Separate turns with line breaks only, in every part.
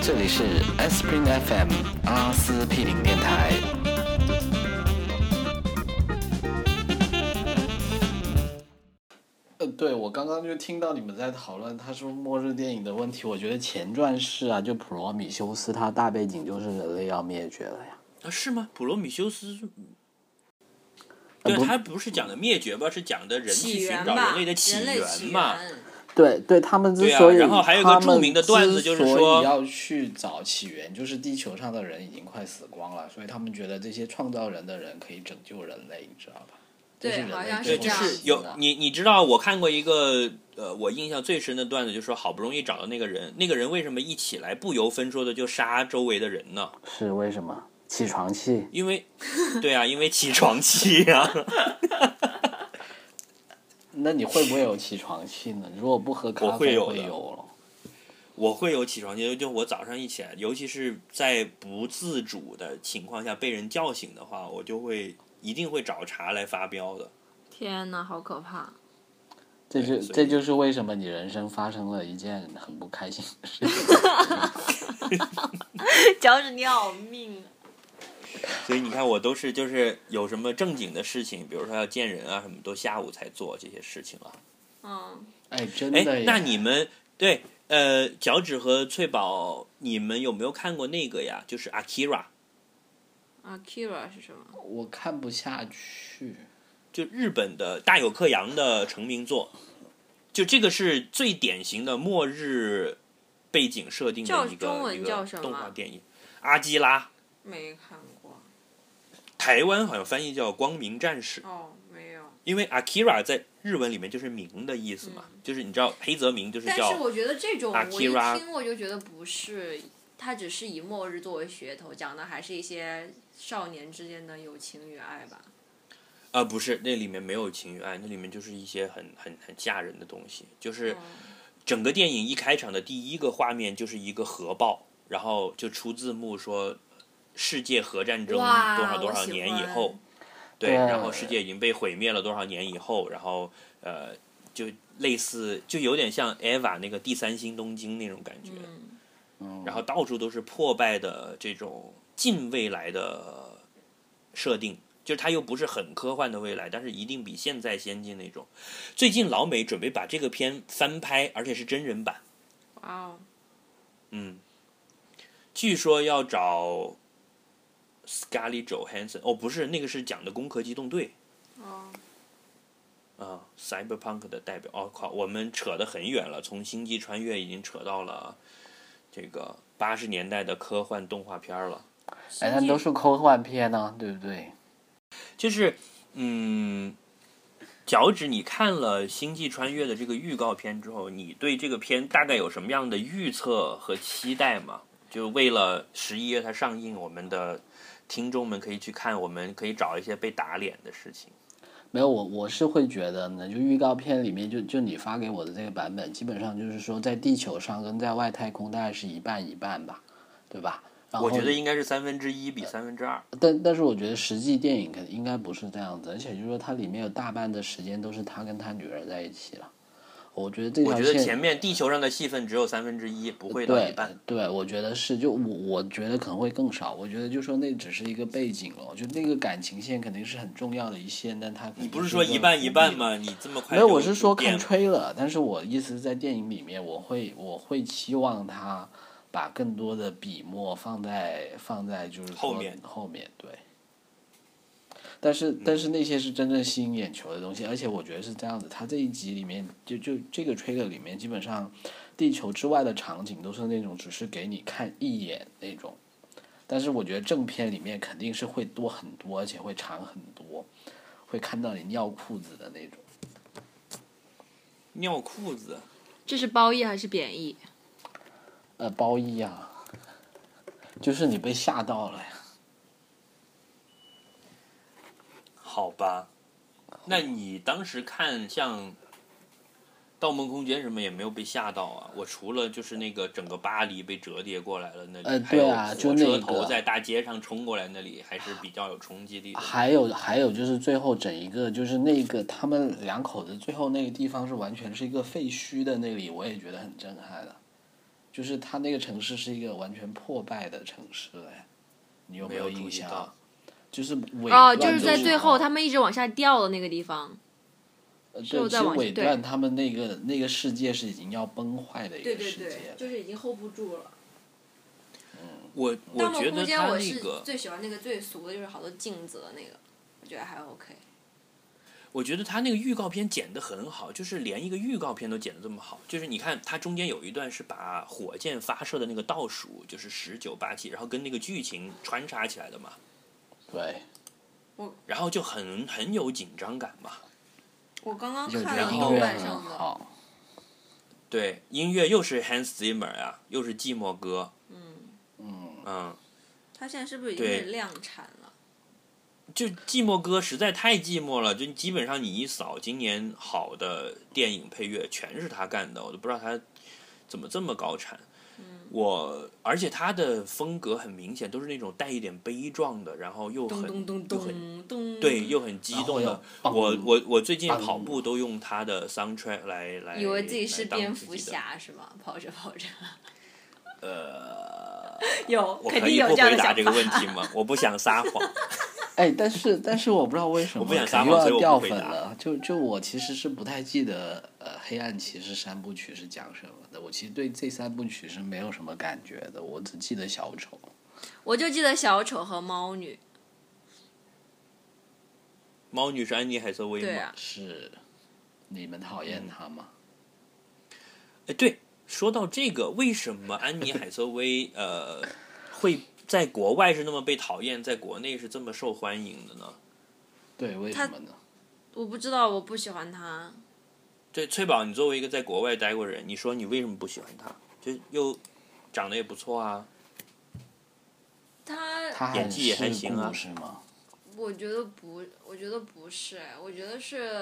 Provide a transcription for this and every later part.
这里是 Spring FM 阿斯匹林电台。呃，对，我刚刚就听到你们在讨论，他说末日电影的问题，我觉得前传是啊，就普罗米修斯，它大背景就是人类要灭绝了呀。
啊，是吗？普罗米修斯，
呃
对，
不
他不是讲的灭绝吧？是讲的人去
起
寻
源
找
吧，
人类的起
人类起
源嘛？
对对，他们之
对啊
所以，
然后还有一个
他
著
们
名的段
之
子就是
所以
说
要去找起源，就是地球上的人已经快死光了，所以他们觉得这些创造人的人可以拯救人类，你知道吧？这
对
是人类
好像
最
对，
是
后
就
这样
的
是
希
有
望
你，你知道我看过一个呃，我印象最深的段子，就是说好不容易找到那个人，那个人为什么一起来不由分说的就杀周围的人呢？
是为什么？起床气，
因 为，对啊，因为起床气啊。
那你会不会有起床气呢？如果不喝咖
我
啡，
会有的
了。
我会有起床气，就我早上一起来，尤其是在不自主的情况下被人叫醒的话，我就会一定会找茬来发飙的。
天哪，好可怕！
这就
对所以
这就是为什么你人生发生了一件很不开心的事情。
脚趾你好命啊！
所以你看，我都是就是有什么正经的事情，比如说要见人啊什么，都下午才做这些事情了。
嗯，
哎，真的
哎
耶，
那你们对呃，脚趾和翠宝，你们有没有看过那个呀？就是 Akira，
啊，Kira 是什么？
我看不下去。
就日本的大有克洋的成名作，就这个是最典型的末日背景设定
叫
的一
中
个
文
一
叫
个
什么
动画电影。阿基拉，
没看过。
台湾好像翻译叫《光明战士》，
哦，没有。
因为 Akira 在日文里面就是“明”的意思嘛，就是你知道黑泽明就是
嗯但
叫
是我觉得这种我一
Akira
听我就觉得不是，它只是以末日作为噱头，讲的还是一些少年之间的友情与爱吧。
啊、不是，那里面没有情与爱，那里面就是一些很很很吓人的东西。
嗯
就是整个电影一开场的第一个画面就是一个核爆，然后就出字幕说世界核战争多
哇
少多
我
少
喜
年以
欢
后，对，
对
然后世界已经被毁灭了多少年以后，然后呃，就类似就有点像 EVA 那个第三星东京那种感觉，
嗯，
嗯，
然后到处都是破败的这种近未来的设定，就是它又不是很科幻的未来，但是一定比现在先进那种。最近老美准备把这个片翻拍，而且是真人版，
哇哦，
嗯，据说要找 Scarlett Johansson，哦，不是，那个是讲的《攻壳机动队》
哦，
啊，Cyberpunk 的代表。哦靠，我们扯得很远了，从星际穿越已经扯到了这个八十年代的科幻动画片儿了。
哎，那都是科幻片呢、对不对？
就是嗯，脚趾，你看了《星际穿越》的这个预告片之后，你对这个片大概有什么样的预测和期待吗？就为了十一月它上映，我们的听众们可以去看，我们可以找一些被打脸的事情。
没有，我我是会觉得呢，就预告片里面就就你发给我的这个版本，基本上就是说在地球上跟在外太空大概是一半一半吧，对吧？然后呃
我觉得应该是三分之一比三分之二。
但但是我觉得实际电影肯应该不是这样子，而且就是说它里面有大半的时间都是他跟他女儿在一起了。我觉得这
我
条
觉得前
线
面地球上的戏份只有三分之一，不会到一
对
半。
对，我觉得是就我我觉得可能会更少，我觉得就说那只是一个背景了，就那个感情线肯定是很重要的一线，但它
你不是说一半一半？吗？你这么
嗯
快
没有，
就
我是说
就变
看
了
吹了，但是我意思是在电影里面，我会我会期望他把更多的笔墨放在放在就是
后
说
面嗯
后面对。但是但是那些是真正吸引眼球的东西，而且我觉得是这样子，他这一集里面就就这个 trailer 里面，基本上地球之外的场景都是那种只是给你看一眼那种，但是我觉得正片里面肯定是会多很多，而且会长很多，会看到你尿裤子的那种。
尿裤子。
这是褒义还是贬义？
呃，褒义啊， 就是你被吓到了呀。
好吧，那你当时看像《盗梦空间》什么也没有被吓到啊？我除了就是那个整个巴黎被折叠过来了那里，
呃
还有
对啊就
火
那
车
个
头在大街上冲过来那里，还是比较有冲击力的。
还有还有就是最后整一个就是那个他们两口子最后那个地方是完全是一个废墟的那里，我也觉得很震撼的。就是它那个城市是一个完全破败的城市，哎，你有
没
有
有注
印
意
象
到
啊？就是尾
哦，
段
就是在
时
最
候
后他们一直往下掉的那个地方。
呃
最后
对，其
再
实
往下
尾
对
段他们那个那个世界是已经要崩坏的一
对
个
对
世界
对
了，
就是已经 hold 不住了。
我我
盗梦
觉得
空间
他
我
那
是
个，
最喜欢那个最俗的，就是好多镜子的那个，我觉得还 OK。
我觉得他那个预告片剪得很好，就是连一个预告片都剪得这么好。就是你看，它中间有一段是把火箭发射的那个倒数，就是十九八七，然后跟那个剧情穿插起来的嘛，
对，
然后就很很有紧张感嘛。
我刚刚
就
看
这
了
个
一
音
豆
乐
瓣
很
上的，
好，
对，音乐又是 Hans Zimmer 啊，又是寂寞歌，
嗯，
嗯，
嗯，
他现在是不是已经
对
是量产了？
就寂寞歌实在太寂寞了，就基本上你一扫，今年好的电影配乐全是他干的，我都不知道他怎么这么高产。
嗯
我而且他的风格很明显，都是那种带一点悲壮的，然后又很
咚咚咚
又很
咚咚，
对又很激
然后
动的
要。棒
我我我最近
棒
跑步都用他的 soundtrack 来来
以为自己是
来当
蝙
自
蝠
己的
侠是吗？跑着跑着，
呃，
有
我
肯
可
定
以
有
不
这样
回
的
答
想
这个
法。
问题吗？我不想撒 谎。
哎，但是但是我不知道为什么
不想撒
肯
谎
又
所以
要
我不
掉粉
回答
了，就就我其实是不太记得呃《黑暗骑士》三部曲是讲什么的，我其实对这三部曲是没有什么感觉的，我只记得小丑。
我就记得小丑和猫女，
猫女是安妮海瑟薇吗？
对啊，
是你们讨
嗯
厌他吗？
哎，对，说到这个，为什么安妮海瑟薇呃会在国外是那么被讨厌，在国内是这么受欢迎的呢？
对，为
他
什么呢？
我不知道，我不喜欢他。
对，翠宝，你作为一个在国外待过人，你说你为什么不喜欢她？就又长得也不错啊，
他
他
演
很
技也还
世
行
故
啊
是吗？
我觉得不，我觉得不是，哎我觉得是，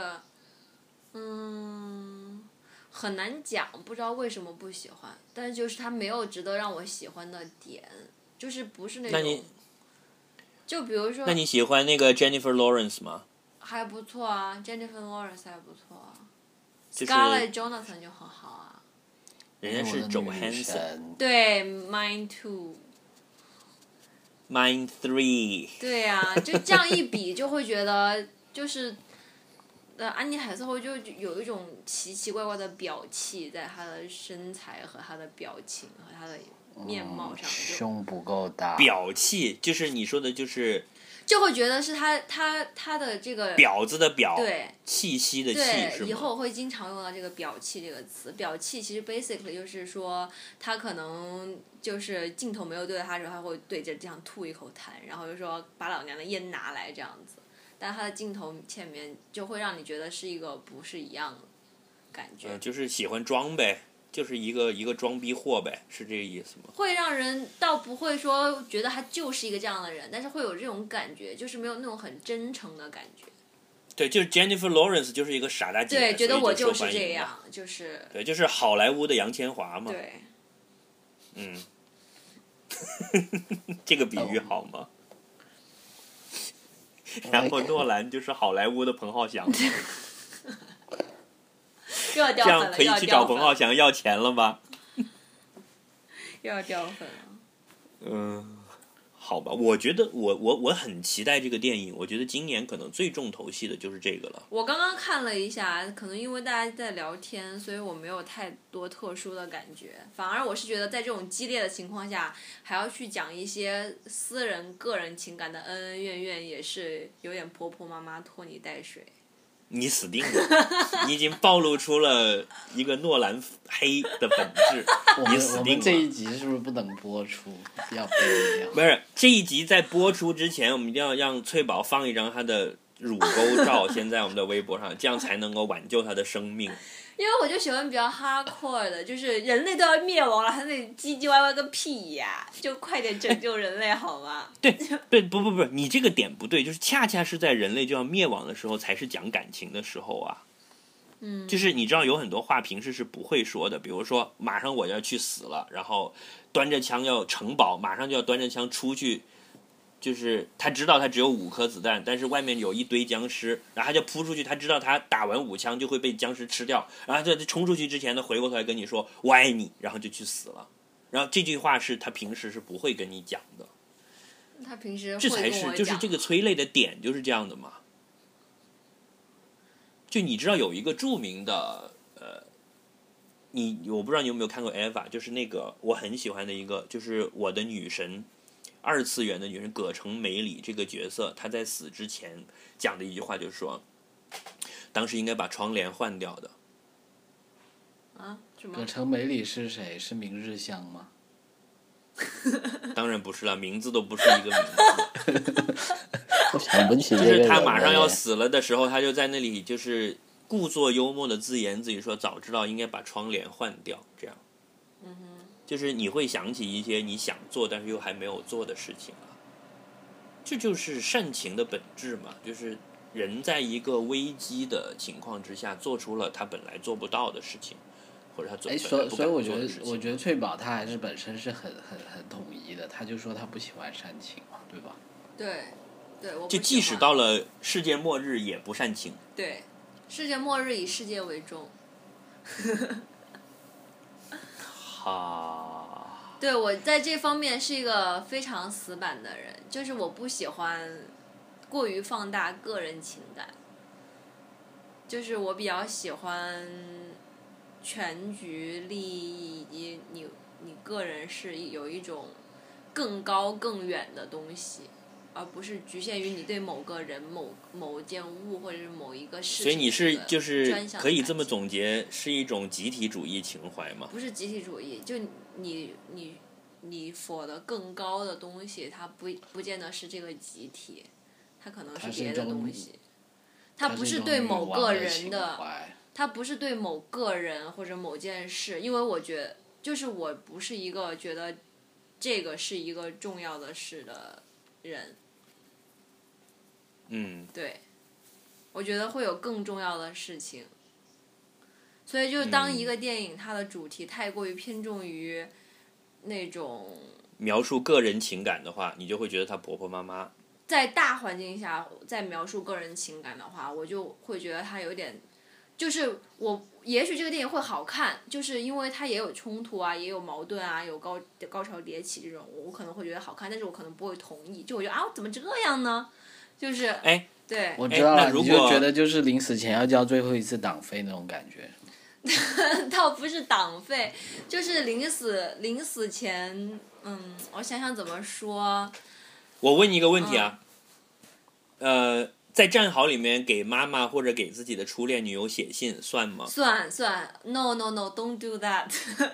嗯，很难讲，不知道为什么不喜欢，但是就是他没有值得让我喜欢的点，就是不是那
那你
种，就比如说
那你喜欢那个 Jennifer Lawrence 吗？
还不错啊，Jennifer Lawrence 还不错啊
就是
，Scarlett Johansson 就很好啊，
人家
我
是
的女
Johansson
神，
对，Mine Too，
Mine Three，
对呀、就这样一比就会觉得就是。呃，安妮海瑟薇就有一种奇奇怪怪的表气，在她的身材和她的表情和她的面貌
哦
上，就
嗯胸不够大，
表气就是你说的就是
就会觉得是她她她的这个
婊子的婊，
对
气息的气是
对，以
吗？
后会经常用到这个“表气”这个词。表气其实 basically 就是说，他可能就是镜头没有对着他的时候，他会对着这样吐一口痰，然后就说把老娘的烟拿来这样子。但他的镜头前面就会让你觉得是一个不是一样的感觉，
嗯，就是喜欢装呗，就是一个一个装逼货呗，是这个意思吗？
会让人倒不会说觉得他就是一个这样的人，但是会有这种感觉，就是没有那种很真诚的感觉。
对，就是 Jennifer Lawrence 就是一个傻大姐，
对，觉得
所
我
以就受
是
欢迎
这
嘛。
样，就是
对，就是好莱坞的杨千嬅嘛。
对。
嗯， 这个比喻好吗？
哎
然后诺兰就是好莱坞的彭浩 翔嘛，
又要掉
这
粉
样
了，
可
又
以
要
去找
掉
彭
粉
浩
了，
翔要钱了吧？
又要掉粉了。
嗯，好吧，我觉得我我我很期待这个电影，我觉得今年可能最重头戏的就是这个了。
我刚刚看了一下，可能因为大家在聊天，所以我没有太多特殊的感觉。反而我是觉得，在这种激烈的情况下，还要去讲一些私人、个人情感的恩恩怨怨，也是有点婆婆妈妈拖泥带水。
你死定 了！你已经暴露出了一个诺兰黑的本质，
我
你
们
死
我
定
们这
了
一！集是不是不能播出？要背掉。
不是这一集在播出之前，我们一定要让翠宝放一张她的乳沟照，先在我们的微博上，这样才能够挽救她的生命。
因为我就喜欢比较 hardcore 的，就是人类都要灭亡了，还在那里唧唧歪歪个屁呀！就快点拯救人类好吗？
对，对，不不不，你这个点不对，就是恰恰是在人类就要灭亡的时候，才是讲感情的时候啊。
嗯，
就是你知道有很多话平时是不会说的，比如说马上我要去死了，然后端着枪要城堡，马上就要端着枪出去，就是他知道他只有五颗子弹，但是外面有一堆僵尸，然后他就扑出去，他知道他打完五枪就会被僵尸吃掉，然后他在冲出去之前呢，回过头来跟你说我爱你，然后就去死了。然后这句话是他平时是不会跟你讲的，
他平时
这
会
才
跟
是
我
就是
讲，
这个催泪的点就是这样的嘛。就你知道有一个著名的呃，你我不知道你有没有看过《Eva》，就是那个我很喜欢的一个，就是我的女神，二次元的女神葛城美里这个角色，她在死之前讲的一句话就是说，当时应该把窗帘换掉的。
啊什么
葛城美里是谁？是明日香吗？
当然不是了，名字都不是一个名字。
我想不起
就
这个
是他
人
马上
了
要
耶
死了的时候，他就在那里就是故作幽默的自言自语说：“早知道应该把窗帘换掉。”这样，
嗯哼，
就是你会想起一些你想做但是又还没有做的事情啊。这就是煽情的本质嘛，就是人在一个危机的情况之下，做出了他本来做不到的事情，或者他做
哎，
本来
所
不
所以我
敢
觉
做
得
的事，情。
我觉得翠宝她还是本身是很很很统一的，她就说她不喜欢煽情嘛，对吧？
对对，我不
就
喜
即使
欢
到了世界末日，也不煽情。
对世界末日以世界为重。
哈，
对我在这方面是一个非常死板的人，就是我不喜欢过于放大个人情感，就是我比较喜欢全局利益以及你你个人是有一种更高更远的东西。而不是局限于你对某个人、某某件物或者是某一个事情
所
的
以你是就是
专项
可以
感
这么
情
总结，是一种集体主义情怀嘛？
不是集体主义，就你你你否的更高的东西，它不不见得是这个集体，它可能
它是一
别的
种
东
欲
西，它
她
不
是一
是
种
对
欲
某
望
个
的
人
情
的，哎
怀
它不是对某个人或者某件事，因为我觉得就是我不是一个觉得这个是一个重要的事的人，
嗯，
对，我觉得会有更重要的事情。所以，就当一
嗯
个电影它的主题太过于偏重于那种
描述个人情感的话，你就会觉得他婆婆妈妈。
在大环境下在描述个人情感的话，我就会觉得它有点，就是我也许这个电影会好看，就是因为它也有冲突啊，也有矛盾啊，有高高潮迭起这种，我可能会觉得好看，但是我可能不会同意，就我觉得啊怎么这样呢？就是
哎，
对，
我
哎
知道
那
了，
如
你就
果
觉得就是临死前要交最后一次党费那种感觉。
倒不是党费，就是临死临死前，嗯，我想想怎么说，
我问你一个问题啊，
嗯
呃，在战壕里面给妈妈或者给自己的初恋女友写信算吗？
算算，no no no，don't do that，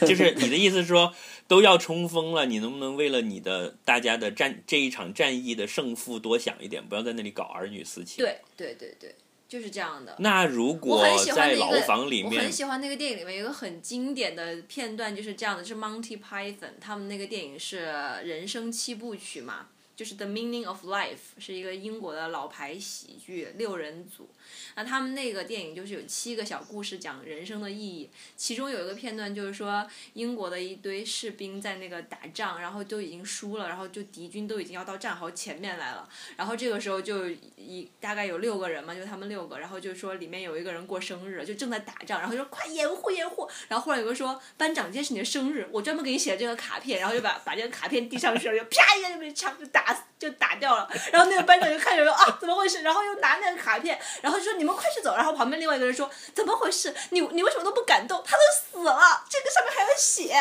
就是你的意思是说，都要冲锋了，你能不能为了你的大家的战这一场战役的胜负多想一点，不要在那里搞儿女私情？。
对对对对，就是这样的。
那如
我
果
很喜欢
在
的一
牢
个，
房里
我很
面，
喜欢那个电影里面有一个很经典的片段，就是这样的，是 Monty Python 他们那个电影是人生七部曲嘛，就是 The Meaning of Life 是一个英国的老牌喜剧六人组，那他们那个电影就是有七个小故事讲人生的意义，其中有一个片段就是说英国的一堆士兵在那个打仗，然后都已经输了，然后就敌军都已经要到战壕前面来了。然后这个时候就一大概有六个人嘛，就他们六个，然后就说里面有一个人过生日，就正在打仗，然后就说快掩护掩护，然后忽然有个说班长今天是你的生日，我专门给你写了这个卡片，然后就把把这个卡片递上去了，就啪一下就被枪就打就打掉了，然后那个班长就看着说啊怎么回事，然后又拿那个卡片，然后就说你们快去走，然后旁边另外一个人说怎么回事，你你为什么都不敢动，他都死了，这个上面还有血，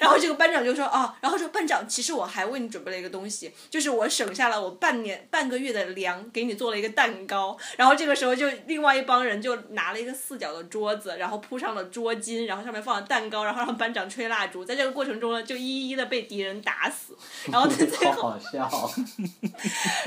然后这个班长就说哦，然后说班长，其实我还为你准备了一个东西，就是我省下了我半年半个月的粮，给你做了一个蛋糕。然后这个时候就另外一帮人就拿了一个四角的桌子，然后铺上了桌巾，然后上面放了蛋糕，然后让班长吹蜡烛。在这个过程中呢，就一一的被敌人打死，然后最
好
后
好笑哦，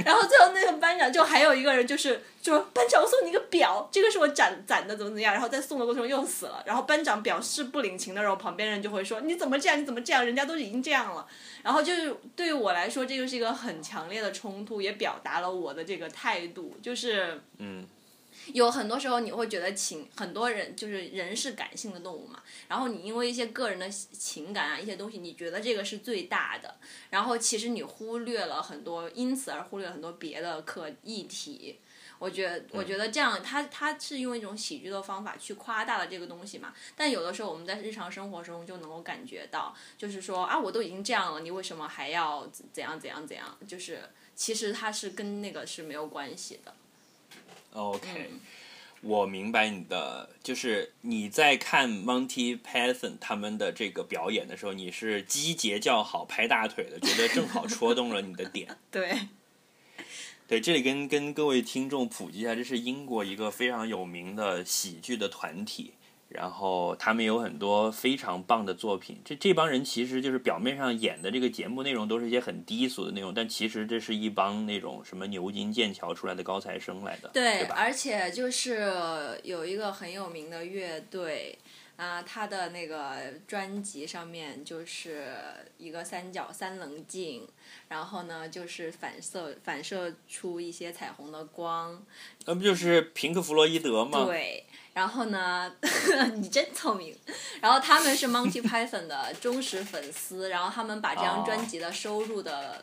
然后最后那个班长就还有一个人就是就说班长我送你一个表，这个是我攒攒的怎么怎么样，然后在送的过程中又死了，然后班长表示不领情的时候，旁边人就会说你怎么这样你怎么这样，人家都已经这样了，然后就是对我来说这个是一个很强烈的冲突，也表达了我的这个态度，就是
嗯，
有很多时候你会觉得情，很多人就是人是感性的动物嘛，然后你因为一些个人的情感啊，一些东西，你觉得这个是最大的，然后其实你忽略了很多，因此而忽略了很多别的课议题。我觉得我觉得这样，他他是用一种喜剧的方法去夸大了这个东西嘛。但有的时候我们在日常生活中就能够感觉到，就是说啊，我都已经这样了，你为什么还要怎怎样怎样怎样？就是其实它是跟那个是没有关系的。
OK，、我明白你的，就是你在看 Monty Python 他们的这个表演的时候，你是击节叫好、拍大腿的，觉得正好戳动了你的点。
对，
对，这里跟跟各位听众普及一下，这是英国一个非常有名的喜剧的团体，然后他们有很多非常棒的作品。这这帮人其实就是表面上演的这个节目内容都是一些很低俗的内容，但其实这是一帮那种什么牛津、剑桥出来的高材生来的，对
对，
吧？
而且就是有一个很有名的乐队，啊、他的那个专辑上面就是一个三角三棱镜，然后呢就是反射反射出一些彩虹的光，
那不就是平克·弗洛伊德吗？
对，然后呢， 你真聪明。然后他们是 Monty Python 的忠实粉丝，然后他们把这张专辑的收入的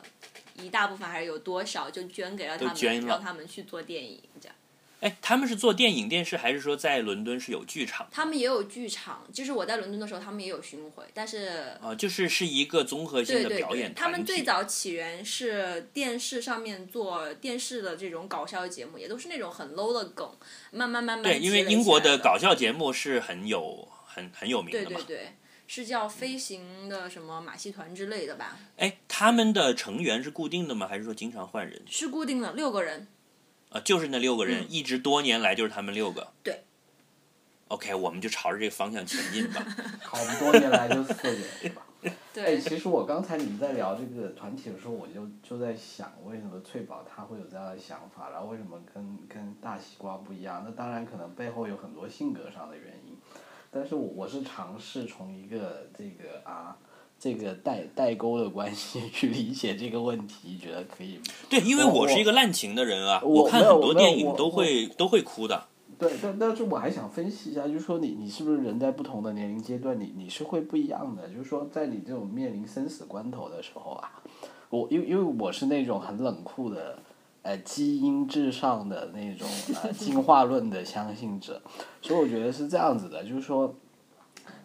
一大部分还是有多少就捐给了他
哦都捐
们，
了
让他们去做电影这样。
哎，他们是做电影、电视，还是说在伦敦是有剧场？
他们也有剧场，就是我在伦敦的时候，他们也有巡回，但是。
啊，就是是一个综合性
对
的
对
表
对
演，
他们
团体
最早起源是电视上面做电视的这种搞笑节目，也都是那种很 low 的梗，慢慢慢慢
对，因为
积累
英
起
国
来
的
的
搞笑节目是很有很很有名的
对
嘛。
对对，是叫飞行的什么马戏团之类的吧？
哎，他们的成员是固定的吗？还是说经常换人？
是固定的六个人，
啊，就是那六个人，
嗯
一直多年来就是他们六个。
对。
OK，我们就朝着这个方向前进吧。
好多年来就四个人是吧？哎，
对，
其实我刚才你们在聊这个团体的时候，我就就在想，为什么翠宝她会有这样的想法，然后为什么跟跟大西瓜不一样？那当然可能背后有很多性格上的原因，但是我我是尝试从一个这个啊这个代代沟的关系 去理解这个问题，觉得可以
对，因为
我
我是
我
一个滥情的人啊，
我
看
没有
很多
没有
电影
我
都
我
会都会哭的。
对，但但是我还想分析一下，就是说你你是不是人在不同的年龄阶段，你你是会不一样的。就是说，在你这种面临生死关头的时候啊，我因为因为我是那种很冷酷的，呃，基因至上的那种呃进化论的相信者，所以我觉得是这样子的，就是说，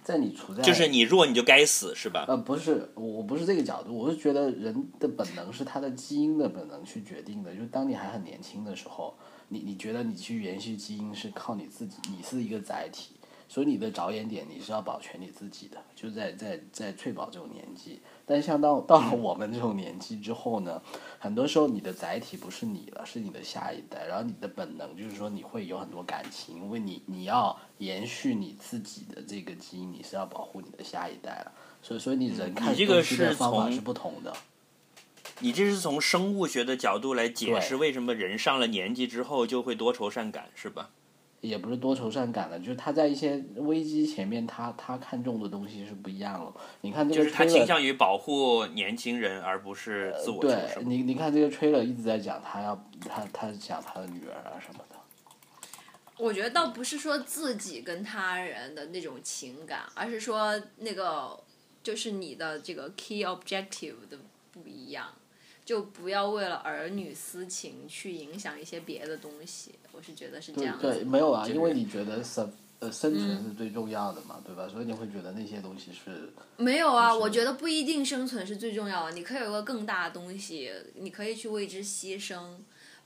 在你处在
就是你弱你就该死是吧？
呃，不是，我我不是这个角度，我是觉得人的本能是他的基因的本能去决定的。就是当你还很年轻的时候，你你觉得你去延续基因是靠你自己，你是一个载体，所以你的着眼点你是要保全你自己的，就在在在翠宝这种年纪。但像到到
嗯
了我们这种年纪之后呢，很多时候你的载体不是你了，是你的下一代，然后你的本能就是说你会有很多感情，因为你你要延续你自己的这个基因，你是要保护你的下一代了。所以，所以你人看
嗯你这个
东西的
是
方法
从
是不同的。
你这是从生物学的角度来解
对
释为什么人上了年纪之后就会多愁善感是吧？
也不是多愁善感了，就是他在一些危机前面他，他看重的东西是不一样了。你看这
就
个
是他
trailer，
倾向于保护年轻人，而不是自我求
呃对
生。
你，你看这个 trailer 一直在讲他要他他讲他的女儿啊什么的。
我觉得倒不是说自己跟他人的那种情感，而是说那个就是你的这个 key objective 的不一样，就不要为了儿女私情去影响一些别的东西，我是觉得是这
对
样
对，
子。
没有啊，
就是嗯
因为你觉得生呃生存是最重要的嘛，对吧？所以你会觉得那些东西是
没有啊，
就是
我觉得不一定生存是最重要的，你可以有个更大的东西，你可以去为之牺牲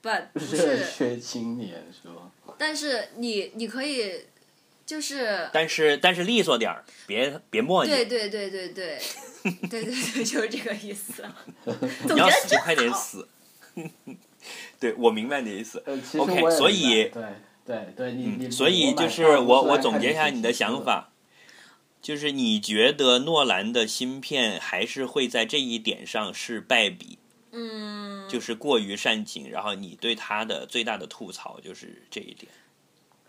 ，but 不
热
是，
血青年是吧？
但是你你可以就是
但是但是利索点儿，别别磨叽，
对对对对对，对对对，就是这个意思。
你
总觉
要
得
死就
真
快点
好
死。对，我明白你的意思。
呃，其实
OK，
我也
所
明
以嗯
白对对对，你你
所以
我买
就是
票不
我
是
我
来
总
看
结一下
信
你的
息
想
的，
法，就是你觉得诺兰的芯片还是会在这一点上是败笔，
嗯，
就是过于煽情，然后你对他的最大的吐槽就是这一点。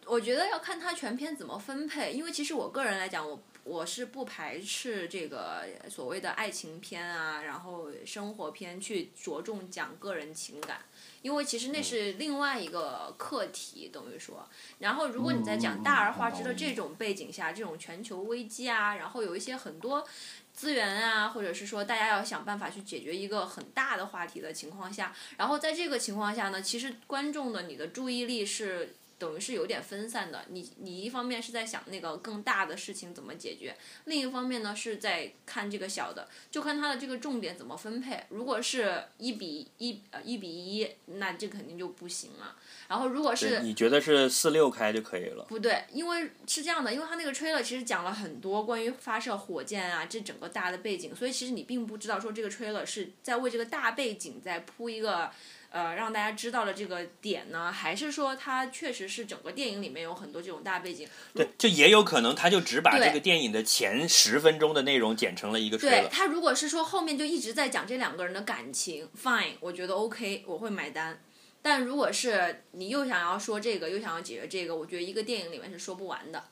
我觉得要看它全篇怎么分配，因为其实我个人来讲，我我是不排斥这个所谓的爱情片啊，然后生活片去着重讲个人情感，因为其实那是另外一个课题，等于说。然后，如果你在讲大而化之的这种背景下，这种全球危机啊，然后有一些很多资源啊，或者是说大家要想办法去解决一个很大的话题的情况下，然后在这个情况下呢，其实观众的你的注意力是。等于是有点分散的，你你一方面是在想那个更大的事情怎么解决，另一方面呢是在看这个小的，就看它的这个重点怎么分配。如果是一比一呃一比一，那这肯定就不行了。然后如果是
对你觉得是四六开就可以了？
不对，因为是这样的，因为他那个 trailer 其实讲了很多关于发射火箭啊这整个大的背景，所以其实你并不知道说这个 trailer 是在为这个大背景在铺一个。呃，让大家知道了这个点呢，还是说它确实是整个电影里面有很多这种大背景？
对，就也有可能他就只把
对
这个电影的前十分钟的内容剪成了一个吹
对
了。
他如果是说后面就一直在讲这两个人的感情，fine，我觉得 OK，我会买单。但如果是你又想要说这个，又想要解决这个，我觉得一个电影里面是说不完的。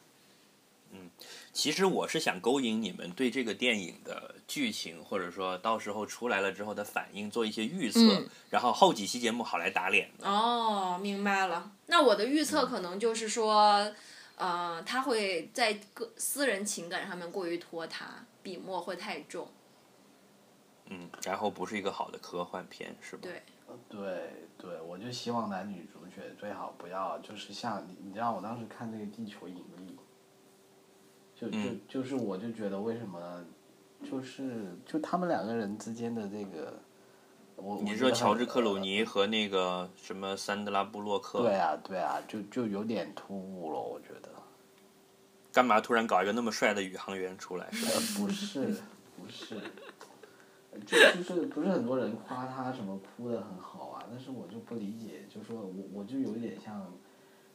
其实我是想勾引你们对这个电影的剧情，或者说到时候出来了之后的反应做一些预测，
嗯
然后后几期节目好来打脸的。
哦，明白了。那我的预测可能就是说，呃，他会在个私人情感上面过于拖沓，笔墨会太重。
嗯，然后不是一个好的科幻片，是吧？
对
对对，我就希望男女主角最好不要就是像你，你知道我当时看那个《地球引力》，就
嗯
就就是我就觉得为什么，就是就他们两个人之间的这个，我
你
我觉
说
得
乔
很
治·克鲁
呃
尼和那个什么桑德拉·布洛克，
对啊对啊，就就有点突兀了，我觉得。
干嘛突然搞一个那么帅的宇航员出来？是吧？
呃，不是，不是，就就是不是很多人夸他什么哭的很好啊，但是我就不理解，就说我我就有一点像，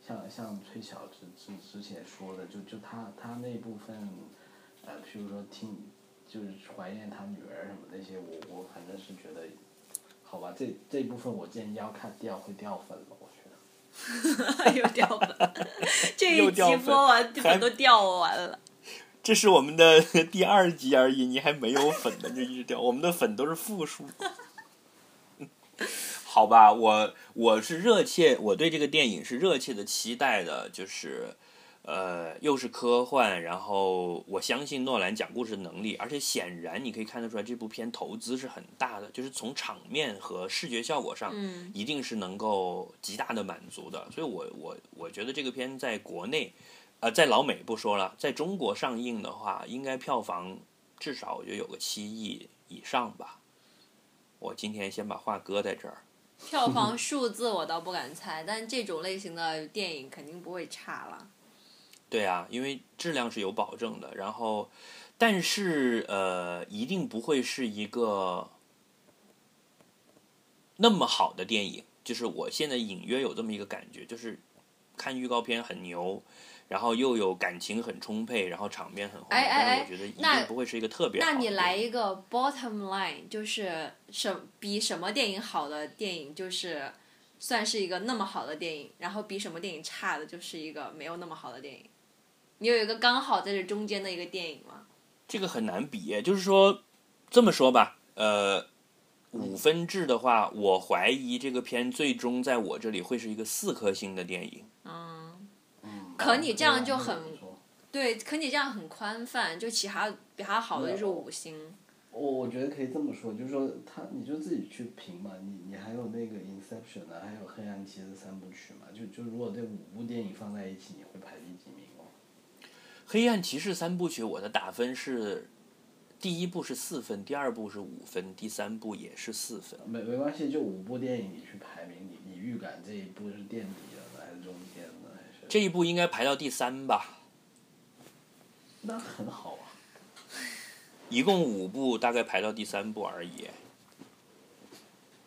像像崔小之之之前说的，就就他他那部分，呃，譬如说听，就是怀念他女儿什么那些，我我反正是觉得，好吧，这这部分我建议要看掉会掉粉了，我觉得。
又掉粉， 这
又
一
掉
集
粉
播完
还
粉都掉完了。
这是我们的第二集而已，你还没有粉呢就一直掉，我们的粉都是负数。 好吧，我我是热切，我对这个电影是热切的期待的，就是，呃，又是科幻，然后我相信诺兰讲故事的能力，而且显然你可以看得出来，这部片投资是很大的，就是从场面和视觉效果上，
嗯
一定是能够极大的满足的。所以我我我觉得这个片在国内，呃，在老美不说了，在中国上映的话，应该票房至少我觉得有个七亿以上吧。我今天先把话搁在这儿。
票房数字我倒不敢猜，但这种类型的电影肯定不会差了。
对啊，因为质量是有保证的，然后，但是呃，一定不会是一个那么好的电影。就是我现在隐约有这么一个感觉，就是看预告片很牛，然后又有感情很充沛，然后场面很宏伟，
哎哎哎
但是我觉得一
那
定不会是一个特别好的
那
电
你
影。
来一个 bottom line，就是什比什么电影好的电影就是算是一个那么好的电影，然后比什么电影差的就是一个没有那么好的电影。你有一个刚好在这中间的一个电影吗？
这个很难比，就是说，这么说吧，呃，五分制的话，我怀疑这个片最终在我这里会是一个四颗星的电影。
嗯，
嗯。
可你这样
对啊
就
那
很
你说
对，可你这样很宽泛，就其他比他好的就是
没有
五星。
我我觉得可以这么说，就是说他你就自己去评嘛，你你还有那个 Inception 啊，还有黑暗骑士三部曲嘛，就就如果这五部电影放在一起，你会排第几名哦？
黑暗骑士三部曲，我的打分是，第一部是四分，第二部是五分，第三部也是四分。
没没关系，就五部电影你去排名，你你预感这一部是垫底的呢，还是中间的，还是
这一部应该排到第三吧，
那很好啊。
一共五部，大概排到第三部而已。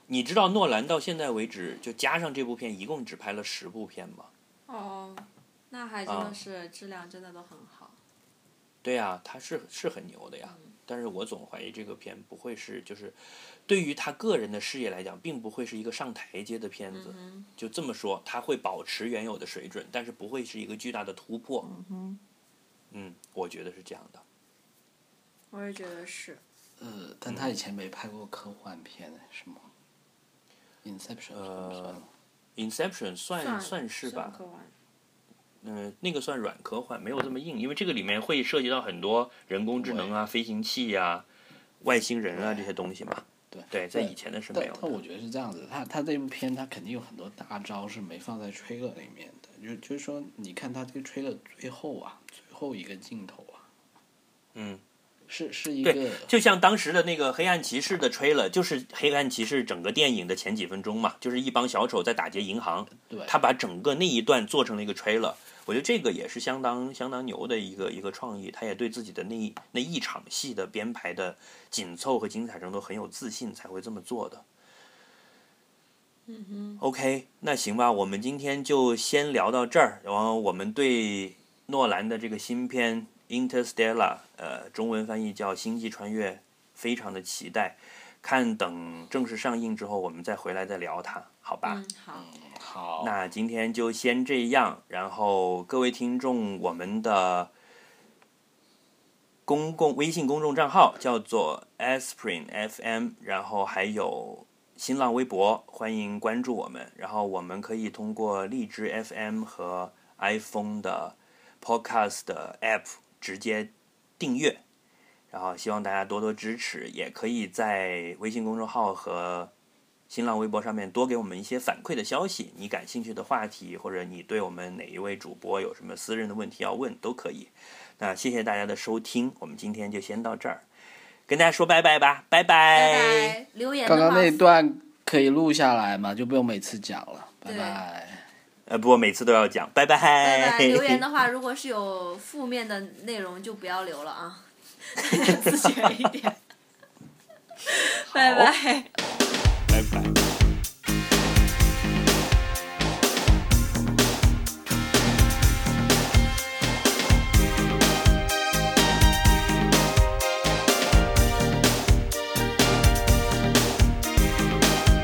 你知道诺兰到现在为止，就加上这部片，一共只拍了十部片吗？
哦，那还真
真的
的
啊
是质量真的都很好。嗯
对呀、他是是很牛的呀。但是我总怀疑这个片不会是，就是对于他个人的事业来讲，并不会是一个上台阶的片子。
嗯
就这么说，他会保持原有的水准，但是不会是一个巨大的突破。
哼，
嗯，我觉得是这样的。
我也觉得是。
呃，但他以前没拍过科幻片，是吗？ Inception
呃
算吗
Inception 算
算
是
算
吧，
科幻
嗯、那个算软科幻，没有这么硬，因为这个里面会涉及到很多人工智能啊、飞行器啊、外星人啊这些东西嘛。
对
对，在以前的是没
但
有的。
但我觉得是这样子，他他这部片他肯定有很多大招是没放在 trailer 里面的，就就是说，你看他这个 trailer 最后啊，最后一个镜头啊，
嗯，
是是一
对
个，
就像当时的那个《黑暗骑士》的 trailer，就是《黑暗骑士》整个电影的前几分钟嘛，就是一帮小丑在打劫银行，
对
他把整个那一段做成了一个 trailer。我觉得这个也是相当相当牛的一个一个创意，他也对自己的那一那一场戏的编排的紧凑和精彩程度很有自信，才会这么做的。嗯 OK，那行吧，我们今天就先聊到这儿。然后我们对诺兰的这个新片《Interstellar》，呃，中文翻译叫《星际穿越》，非常的期待。看等正式上映之后，我们再回来再聊它，好吧？
嗯，好，
好，
那今天就先这样，然后各位听众，我们的公共微信公众账号叫做 asprin fm，然后还有新浪微博，欢迎关注我们。然后我们可以通过荔枝 FM 和 iPhone 的 Podcast 的 App 直接订阅。然后希望大家多多支持，也可以在微信公众号和新浪微博上面多给我们一些反馈的消息，你感兴趣的话题，或者你对我们哪一位主播有什么私人的问题要问，都可以。那谢谢大家的收听，我们今天就先到这儿，跟大家说拜拜吧，拜
拜
哎
拜。留言的
刚
话
刚那段可以录下来嘛，就不用每次讲了，拜
对
拜。
呃，不过每次都要讲，拜拜。
拜拜。留 言的哦话，如果是有负面的内容，就不要留了啊， 大家自觉一点。拜拜。
拜拜。
哎，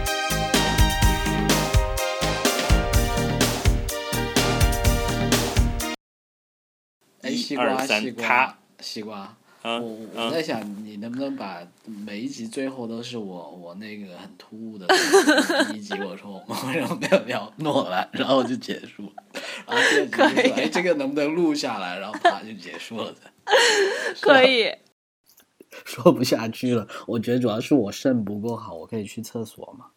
一
哎西
二
瓜，
三
西瓜
咔，
西瓜。我
嗯
我我
嗯，
在想，你能不能把每一集最后都是我我那个很突兀的第一集，我说我们为什么没有聊诺兰，然后就结束，然后第二集就
可以
说哎这个能不能录下来，然后啪就结束了，
可以。
说不下去了。我觉得主要是我肾不够好，我可以去厕所嘛。